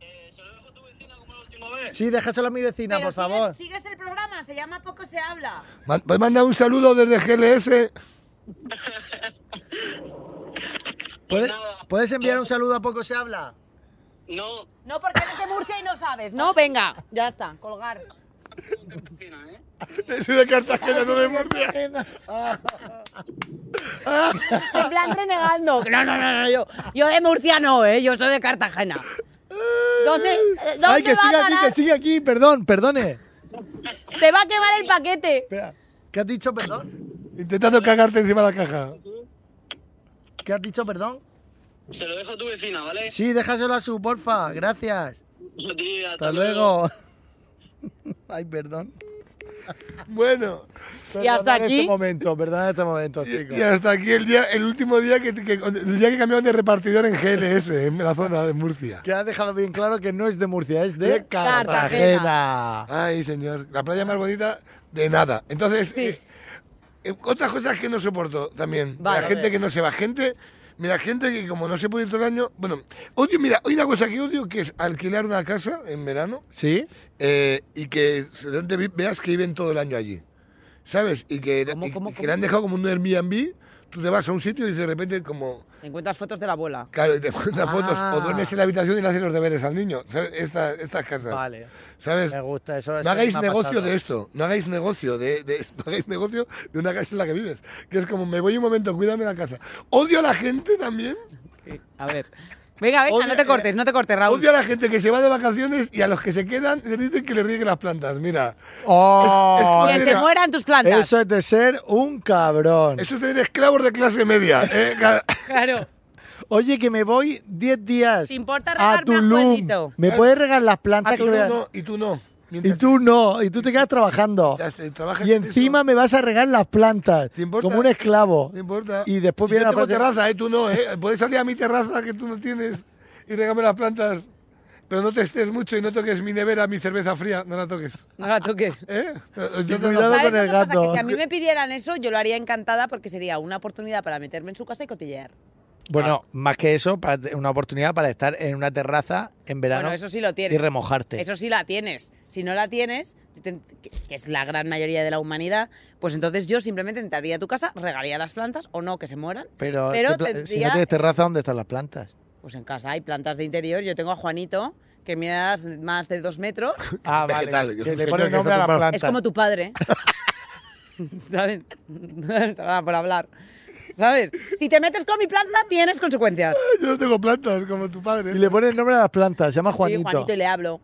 Eh, se lo dejo a tu vecina como la última vez.
Sí, déjaselo a mi vecina,
Pero
por favor.
Sigues, sigues el programa, se llama Poco se habla.
Man- ¿Puedes mandar un saludo desde GLS?
¿Puedes,
nada.
puedes enviar un saludo a poco se habla?
No,
No, porque eres de Murcia y no sabes, ¿no? Venga, ya está, colgar.
no te vecina, ¿eh?
Soy de Cartagena, no de Murcia.
En plan renegando. No, no, no, no, yo, yo de Murcia no, ¿eh? Yo soy de Cartagena. ¿Dónde, eh, dónde
Ay, que
va
sigue
a
aquí,
parar?
que sigue aquí, perdón, perdone.
Te va a quemar el paquete.
Espera, ¿qué has dicho, perdón?
Intentando cagarte encima de la caja.
¿Qué has dicho, perdón?
Se lo dejo a tu vecina, ¿vale?
Sí, déjaselo a su, porfa, gracias.
A ti,
Hasta luego. Ay, perdón.
Bueno,
Y hasta
Perdonad
aquí.
este momento, perdonad este momento, chicos.
y hasta aquí el día, el último día que, que- el día que cambiaron de repartidor en GLS, en la zona de Murcia.
Que ha dejado bien claro que no es de Murcia, es de,
De
Cartagena.
Cartagena.
Ay, señor, la playa más bonita de nada. Entonces,
Sí.
eh, eh, otras cosas que no soporto también.
Vale,
la
a
gente que no se va, gente, mira, gente que como no se puede ir todo el año, bueno, odio, mira, hay una cosa que odio que es alquilar una casa en verano
¿Sí?
eh, y que solamente vi- veas que viven todo el año allí. ¿Sabes? Y que,
¿Cómo,
y-
cómo,
y que
cómo?
le han dejado como un Airbnb, tú te vas a un sitio y de repente como
Encuentras fotos de la abuela.
Claro, y te mandan
Ah.
fotos. O duermes en la habitación y le haces los deberes al niño. ¿sabes? Esta- estas casas.
Vale.
¿Sabes?
Me gusta eso.
No hagáis negocio de esto. No hagáis negocio de, de- no hagáis negocio de una casa en la que vives. Que es como, me voy un momento, cuídame la casa. Odio a la gente también.
A ver. Venga, venga,
Odio-
no te cortes, no te cortes, Raúl.
Odio a la gente que se va de vacaciones y a los que se quedan les dicen que les rieguen las plantas. Mira,
¡Oh!
Es-
Que
es-
se mueran tus plantas.
Eso es de ser un cabrón. Ah,
eso es tener esclavos de clase media. ¿eh? Cada-
Claro.
Oye, que me voy 10 días.
¿Te importa
a
regarme a
Tulum.
Juanito?
¿Me puedes regar las plantas
Y
que
tú
voy a-
no, y tú no.
Y
Mientras
tú no, y tú te quedas trabajando.
ya se- trabajas
Y
en
encima
eso,
me vas a regar las plantas.
¿Te importa?
Como un esclavo.
No importa.
Y después viene
yo
la
tengo
frase-
terraza, ¿eh? Tú no, ¿eh? Puedes salir a mi terraza que tú no tienes y regame las plantas. Pero no te estés mucho y no toques mi nevera, mi cerveza fría. No la toques.
No la toques.
¿Eh? Yo te-
cuidado
¿Sabes
con
lo
el
que pasa?
gato.
Que si a mí me pidieran eso, yo lo haría encantada porque sería una oportunidad para meterme en su casa y cotillear.
Bueno,
Ah.
más que eso, para te- una oportunidad para estar en una terraza en verano
Bueno, eso sí lo
y
tienes.
remojarte.
Eso sí la tienes. Si no la tienes, te- que que es la gran mayoría de la humanidad, pues entonces yo simplemente entraría a tu casa, regaría las plantas o no, que se mueran.
Pero,
Pero
¿qué pla- si no
tendría-
tienes terraza, ¿dónde están las plantas?
Pues en casa hay plantas de interior. Yo tengo a Juanito, que me das más de dos metros.
Ah,
Vegetal,
vale.
que es
Que
un
le
señor
ponen
que
nombre a
está
la
tumbado.
planta.
Es como tu padre. ¿Sabes? Ahora, Por hablar. ¿Sabes? Si te metes con mi planta, tienes consecuencias.
Yo no tengo plantas como tu padre.
Y le ponen nombre a las plantas, se llama
Sí,
Juanito.
Juanito y le hablo.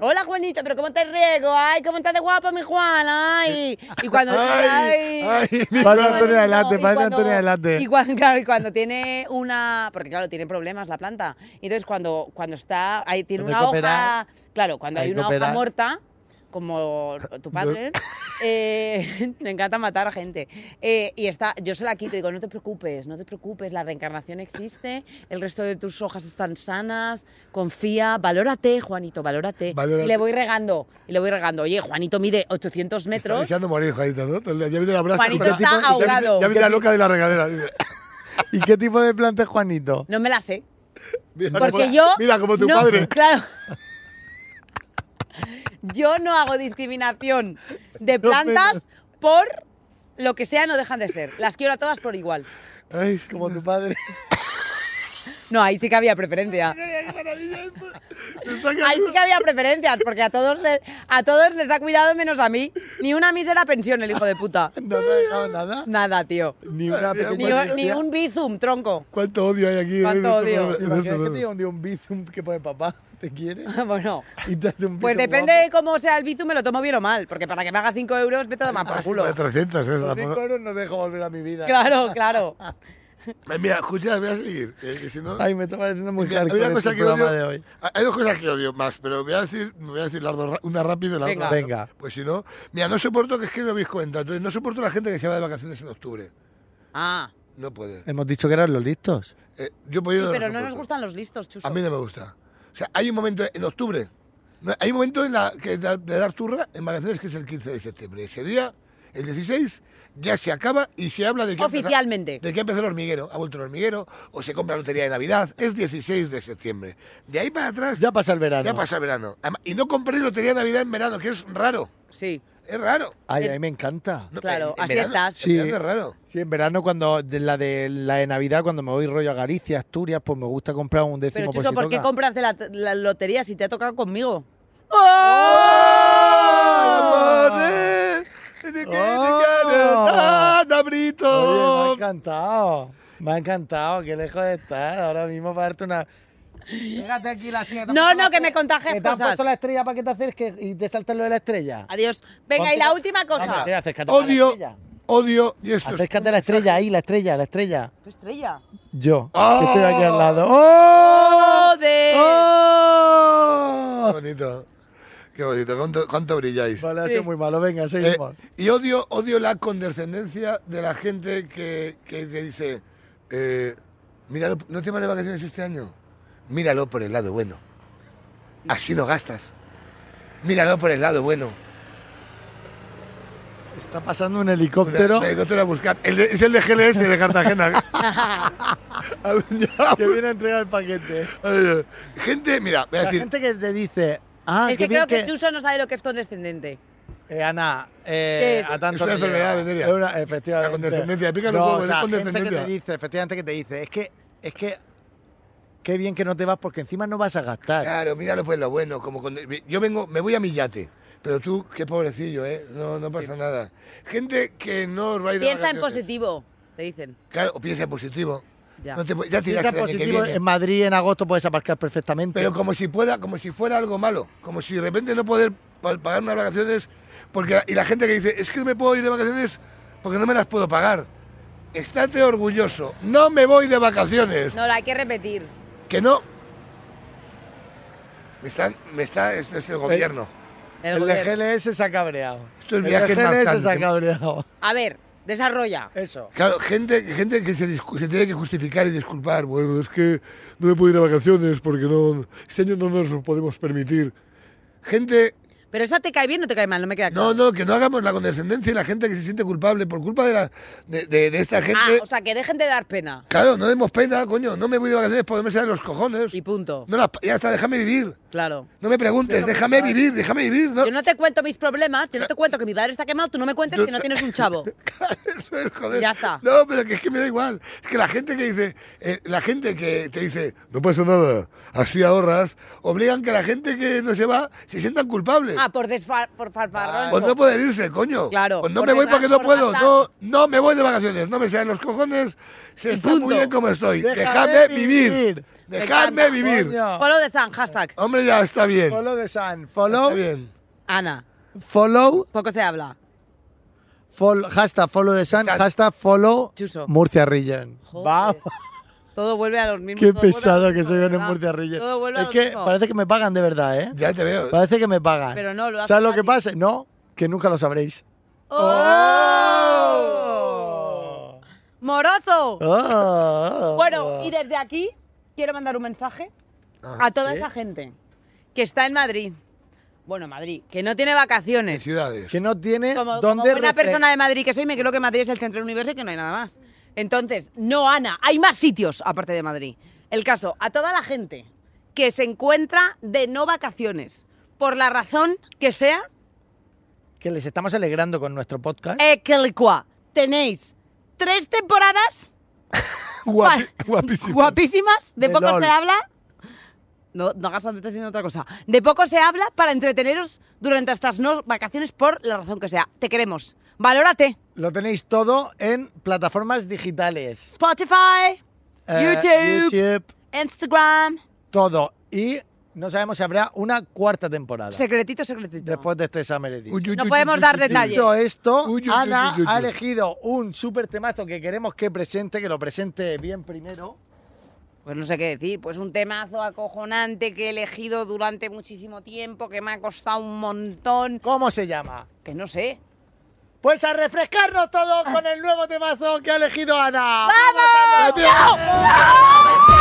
Hola Juanito, pero ¿cómo te riego? Ay, ¿cómo estás de guapo, mi Juan? Ay. Y cuando.
Ay, ay, mi
Padre
Ay,
Antonio
no.
adelante,
Y
padre
cuando-
Antonio adelante.
Y cuando, claro, y cuando tiene una. Porque claro, tiene problemas la planta. Y Entonces, cuando, cuando está. Ahí tiene
Cuando hay
una
que operar,
hoja. Claro, cuando
hay
hay,
que
una
operar.
hoja muerta, como tu padre. eh, me encanta matar a gente. Eh, y está, yo se la quito y digo, no te preocupes, no te preocupes, la reencarnación existe, el resto de tus hojas están sanas, confía, valórate, Juanito, valórate.
Valórate.
Y le voy regando, y le voy regando. Oye, Juanito mide 800
Está
metros.
deseando morir, Juanito, ¿no? Todo el día. Ya viene la brasa.
Juanito
Ya-
está
ya- ya-
ahogado.
Ya viene la loca de la regadera. dice.
¿Y qué tipo de planta es Juanito?
No me la sé.
Mira
Porque
como-
yo.
Mira, como tu
no-
padre.
Claro. Yo no hago discriminación de plantas por lo que sea, no dejan de ser. Las quiero a todas por igual.
Ay, es como tu padre.
No, ahí sí que había preferencia.
¡Qué maravilla esto! Me está
Ahí
quedando-
sí que había preferencias, porque a todos, le- a todos les ha cuidado menos a mí. Ni una mísera pensión, el hijo de puta.
No te ha dejado nada.
Nada, tío.
Ni una
Ni,
pequeña
ni un bizum, tronco.
¿Cuánto odio hay aquí?
¿Cuánto
en este
odio?
programa? En este
Imagínate que te
programa.
llega un día un bizum que pone papá, te quiere
Bueno.
y te hace un
Pues
bizum
depende
guapo.
de cómo sea el bizum, me lo tomo bien o mal. Porque para que me haga 5 euros, vete a tomar por culo.
De 300, es la
Con cinco euros no dejo volver a mi vida.
Claro, claro.
Ay, Mira, escucha, voy a seguir. eh, que si no-
Ay, me está pareciendo muy
Mira, hay,
hardcore
una cosa
este
que
programa
odio, Ah,
de hoy.
hay dos cosas que odio más, pero voy a decir, voy a decir las dos ra- una rápido y la
Venga.
otra.
Venga.
Pues si no, mira, no soporto que es que no habéis cuenta. Entonces, no soporto la gente que se va de vacaciones en octubre.
Ah.
No puede.
Hemos dicho que eran los listos.
Eh, yo por
Sí,
ello lo
pero no nos
soporto.
gustan los listos, chuso.
A mí no me gusta. O sea, hay un momento en octubre. no- Hay un momento en la que da- de dar turra en vacaciones que es el 15 de septiembre. Ese día, el 16, ya se acaba y se habla de que empezó-
Oficialmente.
de que empezó el hormiguero, ha vuelto el hormiguero, o se compra la lotería de Navidad, es 16 de septiembre. De ahí para atrás
Ya pasa el verano.
ya pasa el verano. Además, Y no compréis lotería de Navidad en verano, que es raro.
Sí,
Es raro.
Ay,
Es-
a mí me encanta.
No,
Claro, así
verano-
estás.
en
Sí.
verano es raro.
Sí, en verano cuando de la de la de Navidad cuando me voy rollo a Galicia, Asturias, pues me gusta comprar un décimo
pero
por
Chuso,
si
¿por qué
toca.
compras de la, la lotería si te ha tocado conmigo?
¡Ah!
¡Oh!
¡Oh! Oye, me ha
¡Nabrito!
encantado. Me ha encantado, qué lejos de estar. Ahora mismo para darte una. Fíjate aquí la silla. te han
No,
puesto
no,
la-
que me contagias
que te han
cosas.
puesto la estrella para que te acerques y te saltas lo de la estrella.
Adiós. Venga, y la última
Venga,
cosa.
sí, acércate a la
Odio,
estrella.
odio, y esto es...
Acércate a la estrella ahí, la estrella, la estrella.
¿Qué estrella?
Yo,
¡Oh!
que estoy aquí al lado. ¡Oh!
¡Joder!
¡Oh! Qué bonito. Qué bonito. ¿Cuánto, cuánto brilláis?
Vale, ha sido
Sí.
muy malo. Venga,
Eh,
seguimos.
y odio, odio la condescendencia de la gente que, que- que dice, eh, míralo, no te vas de vacaciones este año, míralo por el lado bueno. Así no gastas. Míralo por el lado bueno.
Está pasando un helicóptero.
Me helicóptero a buscar. El de- es el de GLS de Cartagena. A ver, ya.
que viene a entregar el paquete.
A ver, gente, mira, voy a
La
decir,
gente que te dice, ah,
es
qué
que
bien
creo que Chuso no sabe lo que es condescendente.
Eh, Ana, eh,
¿Qué es?
a tanto
Es una
te llega.
enfermedad, Valeria.
Es una- efectivamente.
La condescendencia, pica los
no,
huevos,
o
es
sea, gente que
condescendencia.
te dice, efectivamente que te dice, es que, es que, qué bien que no te vas porque encima no vas a gastar.
Claro, míralo pues lo bueno. Como con- Yo vengo, me voy a mi yate. Pero tú, qué pobrecillo, ¿eh? No, no pasa nada. Gente que no os va a ir de
Piensa en
vacaciones.
positivo, te dicen.
Claro, o piensa en positivo.
Ya.
No te pu- ya
Si
tirás
estás
el año que
positivo,
viene.
en Madrid en agosto puedes aparcar perfectamente.
Pero como si, pueda, como si fuera algo malo. Como si de repente no poder pa- pagar unas vacaciones. Porque, y la gente que dice, es que no me puedo ir de vacaciones porque no me las puedo pagar. estate orgulloso. No me voy de vacaciones.
No, la hay que repetir.
Que no. Me están, me está, esto es el gobierno.
El
El de
gobierno.
GLS se ha cabreado.
Esto es
el de
viajes
GLS se ha
marcantes.
cabreado.
A ver, desarrolla.
Eso.
Claro, gente, gente que se, discu- se tiene que justificar y disculpar. Bueno, es que no me puedo ir de vacaciones porque no, este año no nos lo podemos permitir. Gente,
Pero esa te cae bien o te cae mal, no me queda claro.
no, no, que no hagamos la condescendencia y la gente que se siente culpable por culpa de, la, de, de- de esta gente.
ah, o sea, que dejen de dar pena.
Claro, no demos pena, coño. No me voy de vacaciones porque me salen los cojones.
Y punto.
No las- ya está, déjame vivir.
Claro.
No me preguntes, déjame vivir, déjame vivir. No, Eh.
Yo no te cuento mis problemas, yo no te cuento que mi padre está quemado, tú no me cuentes que no tienes un chavo.
Eso es, joder.
Ya está.
No, pero que es que me da igual. Es que la gente que dice, eh, la gente que te dice, no pasa nada, así ahorras, obligan que la gente que no se va se sientan culpables.
Ah, por desfar, por
Pues no
farfarrón.
poder irse, coño.
Claro,
Pues no
por
me voy
desgast-
porque no
por
puedo. No,
gastar.
no me voy de vacaciones. No me sean los cojones. Se
Y
está muy
punto.
bien como estoy.
Déjame
Dejadme vivir.
vivir.
Me
Dejadme
encanta.
vivir.
Coño.
Follow the sun, hashtag.
Hombre, ya está bien.
Follow de San.
Está
Follow.
bien.
Ana,
Follow.
poco se habla.
follow hashtag follow de San.
San.
Hashtag follow
Chuso.
Murcia Region.
Joder.
Vamos.
Todo vuelve a los mismos.
Qué
todo vuelve a lo
pesado que
mismo,
soy
de
en el
verdad.
Murcia Region.
Todo vuelve a
Es
lo
que
mismo.
parece que me pagan de verdad, ¿eh?
Ya te veo.
Parece que me pagan.
Pero no, lo hace
¿Sabes lo que
gratis.
pasa? No, que nunca lo sabréis. ¡Oh!
¡Oh! ¡Morozo!
¡Oh!
Ah,
Bueno, y desde aquí quiero mandar un mensaje
Ah,
a toda esa gente que está en Madrid. Bueno, Madrid, que no tiene
En
vacaciones.
ciudades.
que no tiene
Como, como
dónde
buena
refle-
persona de Madrid que soy, me creo que Madrid es el centro del universo y que no hay nada más. Entonces, no, Ana, hay más sitios aparte de Madrid. El caso, a toda la gente que se encuentra de no vacaciones, por la razón que sea,
que les estamos alegrando con nuestro
Eh.
podcast.
Ekelqua, tenéis tres temporadas
Guapi-
pa-
guapísimo.
guapísimas,
pues, De
de poco
LOL.
se habla. No, no hagas antes diciendo otra cosa. De poco se habla para entreteneros durante estas no vacaciones por la razón que sea. Te queremos. Valórate.
Lo tenéis todo en plataformas digitales.
Spotify,
Eh,
YouTube,
YouTube,
Instagram.
todo. Y no sabemos si habrá una cuarta temporada
Secretito, secretito.
después de este Summer Edition.
Uy, uy,
No
uy,
podemos
uy,
dar
uy, uy.
detalles.
Dicho esto,
Uy, uy, uy,
Ana
uy, uy,
ha
uy.
elegido un súper temazo que queremos que presente, que lo presente bien primero.
Pues no sé qué decir. Pues un temazo acojonante que he elegido durante muchísimo tiempo, que me ha costado un montón.
¿Cómo se llama?
Que no sé.
Pues a refrescarnos todos con el nuevo temazo que ha elegido Ana. ¡Vamos!
¡Campeón!
¡No!